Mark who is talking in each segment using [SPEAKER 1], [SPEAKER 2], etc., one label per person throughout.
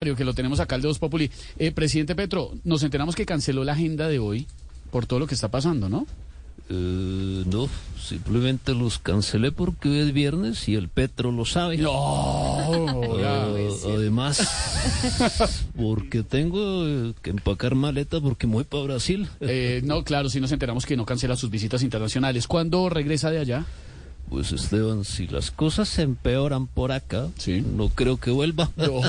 [SPEAKER 1] Aprio, que lo tenemos acá, el de Voz Populi. Eh, presidente Petro, nos enteramos que canceló la agenda de hoy por todo lo que está pasando, ¿no?
[SPEAKER 2] Eh, no, simplemente los cancelé porque hoy es viernes y el Petro lo sabe.
[SPEAKER 1] No, ya.
[SPEAKER 2] Eh, además, porque tengo eh, que empacar maleta porque me voy para Brasil.
[SPEAKER 1] Eh, no, claro, sí nos enteramos que no cancela sus visitas internacionales. ¿Cuándo regresa de allá?
[SPEAKER 2] Pues Esteban, si las cosas se empeoran por acá,
[SPEAKER 1] Sí.
[SPEAKER 2] no creo que vuelva.
[SPEAKER 1] No,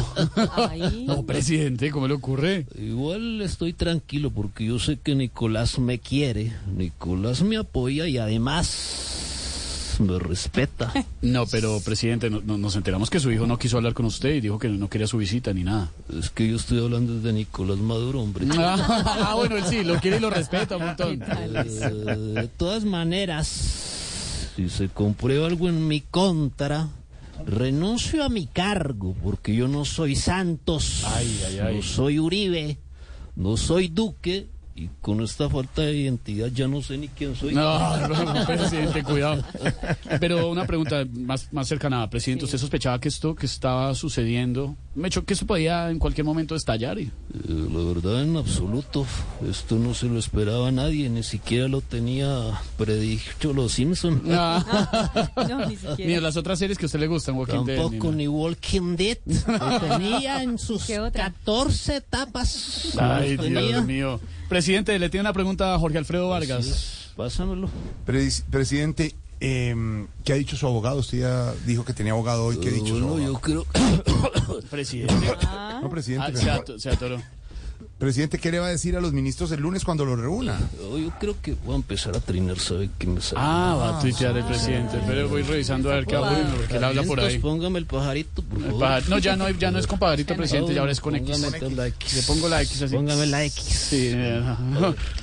[SPEAKER 3] Ay.
[SPEAKER 1] no presidente, ¿cómo le ocurre?
[SPEAKER 2] Igual estoy tranquilo porque yo sé que Nicolás me quiere, Nicolás me apoya y además me respeta.
[SPEAKER 1] No, pero presidente, no- no- nos enteramos que su hijo no quiso hablar con usted y dijo que no quería su visita ni nada.
[SPEAKER 2] Es que yo estoy hablando de Nicolás Maduro, hombre.
[SPEAKER 1] Ah, bueno, él sí, lo quiere y lo respeta un montón.
[SPEAKER 2] Eh, de todas maneras, si se comprueba algo en mi contra, renuncio a mi cargo, porque yo no soy Santos,
[SPEAKER 1] Ay, ay, ay.
[SPEAKER 2] no soy Uribe, no soy Duque, y con esta falta de identidad ya no sé ni quién soy. Eh,
[SPEAKER 1] No, no, no, presidente, cuidado. Pero una pregunta más, más cercana, presidente, ¿usted sospechaba que esto que estaba sucediendo, me que esto podía en cualquier momento estallar? y-
[SPEAKER 2] Eh, la verdad, en absoluto, esto no se lo esperaba a nadie, ni siquiera lo tenía predicho los Simpson.
[SPEAKER 3] No, ni
[SPEAKER 1] Ah, Ni de
[SPEAKER 3] siquiera.
[SPEAKER 1] las otras series que a usted le gustan, Walking Dead, ni
[SPEAKER 2] Tampoco
[SPEAKER 1] nada.
[SPEAKER 2] ni Walking Dead. Lo tenía en sus
[SPEAKER 3] ¿Qué otra?
[SPEAKER 2] 14 etapas.
[SPEAKER 1] Ay,
[SPEAKER 2] Lo tenía.
[SPEAKER 1] Dios mío. Presidente, le tiene una pregunta a Jorge Alfredo
[SPEAKER 2] Así
[SPEAKER 1] Vargas.
[SPEAKER 2] es. Pásamelo.
[SPEAKER 4] Pre- Presidente, eh, ¿qué ha dicho su abogado? Usted ya dijo que tenía abogado hoy. ¿Qué ha dicho su
[SPEAKER 2] Bueno, yo
[SPEAKER 4] abogado?
[SPEAKER 2] creo.
[SPEAKER 1] Presidente.
[SPEAKER 4] No,
[SPEAKER 1] Ah,
[SPEAKER 4] presidente,
[SPEAKER 1] se
[SPEAKER 4] pero-
[SPEAKER 1] ato- se atoró.
[SPEAKER 4] presidente, ¿qué le va a decir a los ministros el lunes cuando los reúna?
[SPEAKER 2] Oh, Yo creo que voy a empezar a trinar, ¿sabe qué me sale?
[SPEAKER 1] Ah, va a tuitear el presidente. Pero voy revisando a ver qué
[SPEAKER 2] Pues,
[SPEAKER 1] hago porque él habla por
[SPEAKER 2] Entonces,
[SPEAKER 1] ahí.
[SPEAKER 2] Póngame el pajarito, por
[SPEAKER 1] El
[SPEAKER 2] favor. Oh,
[SPEAKER 1] pajar- No, ya no, hay- ya no es compadrito, presidente, ya ahora es con X.
[SPEAKER 2] Póngame la X.
[SPEAKER 1] Le pongo la X así.
[SPEAKER 2] Póngame la X.
[SPEAKER 1] Sí, eh,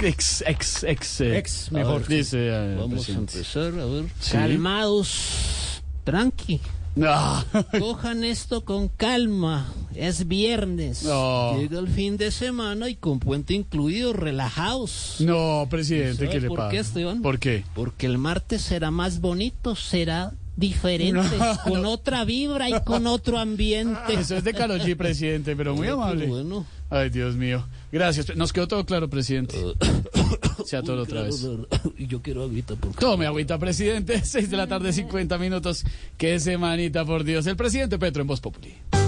[SPEAKER 1] ex, ex, ex. eh,
[SPEAKER 5] Ex, mejor.
[SPEAKER 1] a ver, Dice. eh,
[SPEAKER 2] Vamos a
[SPEAKER 1] presidente.
[SPEAKER 2] empezar, a ver.
[SPEAKER 1] Sí.
[SPEAKER 2] Calmados. Tranqui.
[SPEAKER 1] No.
[SPEAKER 2] Cojan esto con calma. Es viernes.
[SPEAKER 1] No.
[SPEAKER 2] Llega el fin de semana y con puente incluido, relajados.
[SPEAKER 1] No, presidente,
[SPEAKER 2] ¿Sabe
[SPEAKER 1] ¿qué le
[SPEAKER 2] por
[SPEAKER 1] pasa?
[SPEAKER 2] qué, Esteban?
[SPEAKER 1] ¿Por qué?
[SPEAKER 2] Porque el martes será más bonito, será diferente, con otra vibra y con otro ambiente.
[SPEAKER 1] Eso es de Karol G, presidente, pero muy amable.
[SPEAKER 2] Bueno,
[SPEAKER 1] Ay, Dios mío. Gracias. Nos quedó todo claro, presidente. Se atoró otra vez.
[SPEAKER 2] Y yo quiero agüita porque
[SPEAKER 1] Tome agüita, presidente. 6 de la tarde, 50 minutos. Qué semanita, por Dios. El presidente Petro en Voz Populi.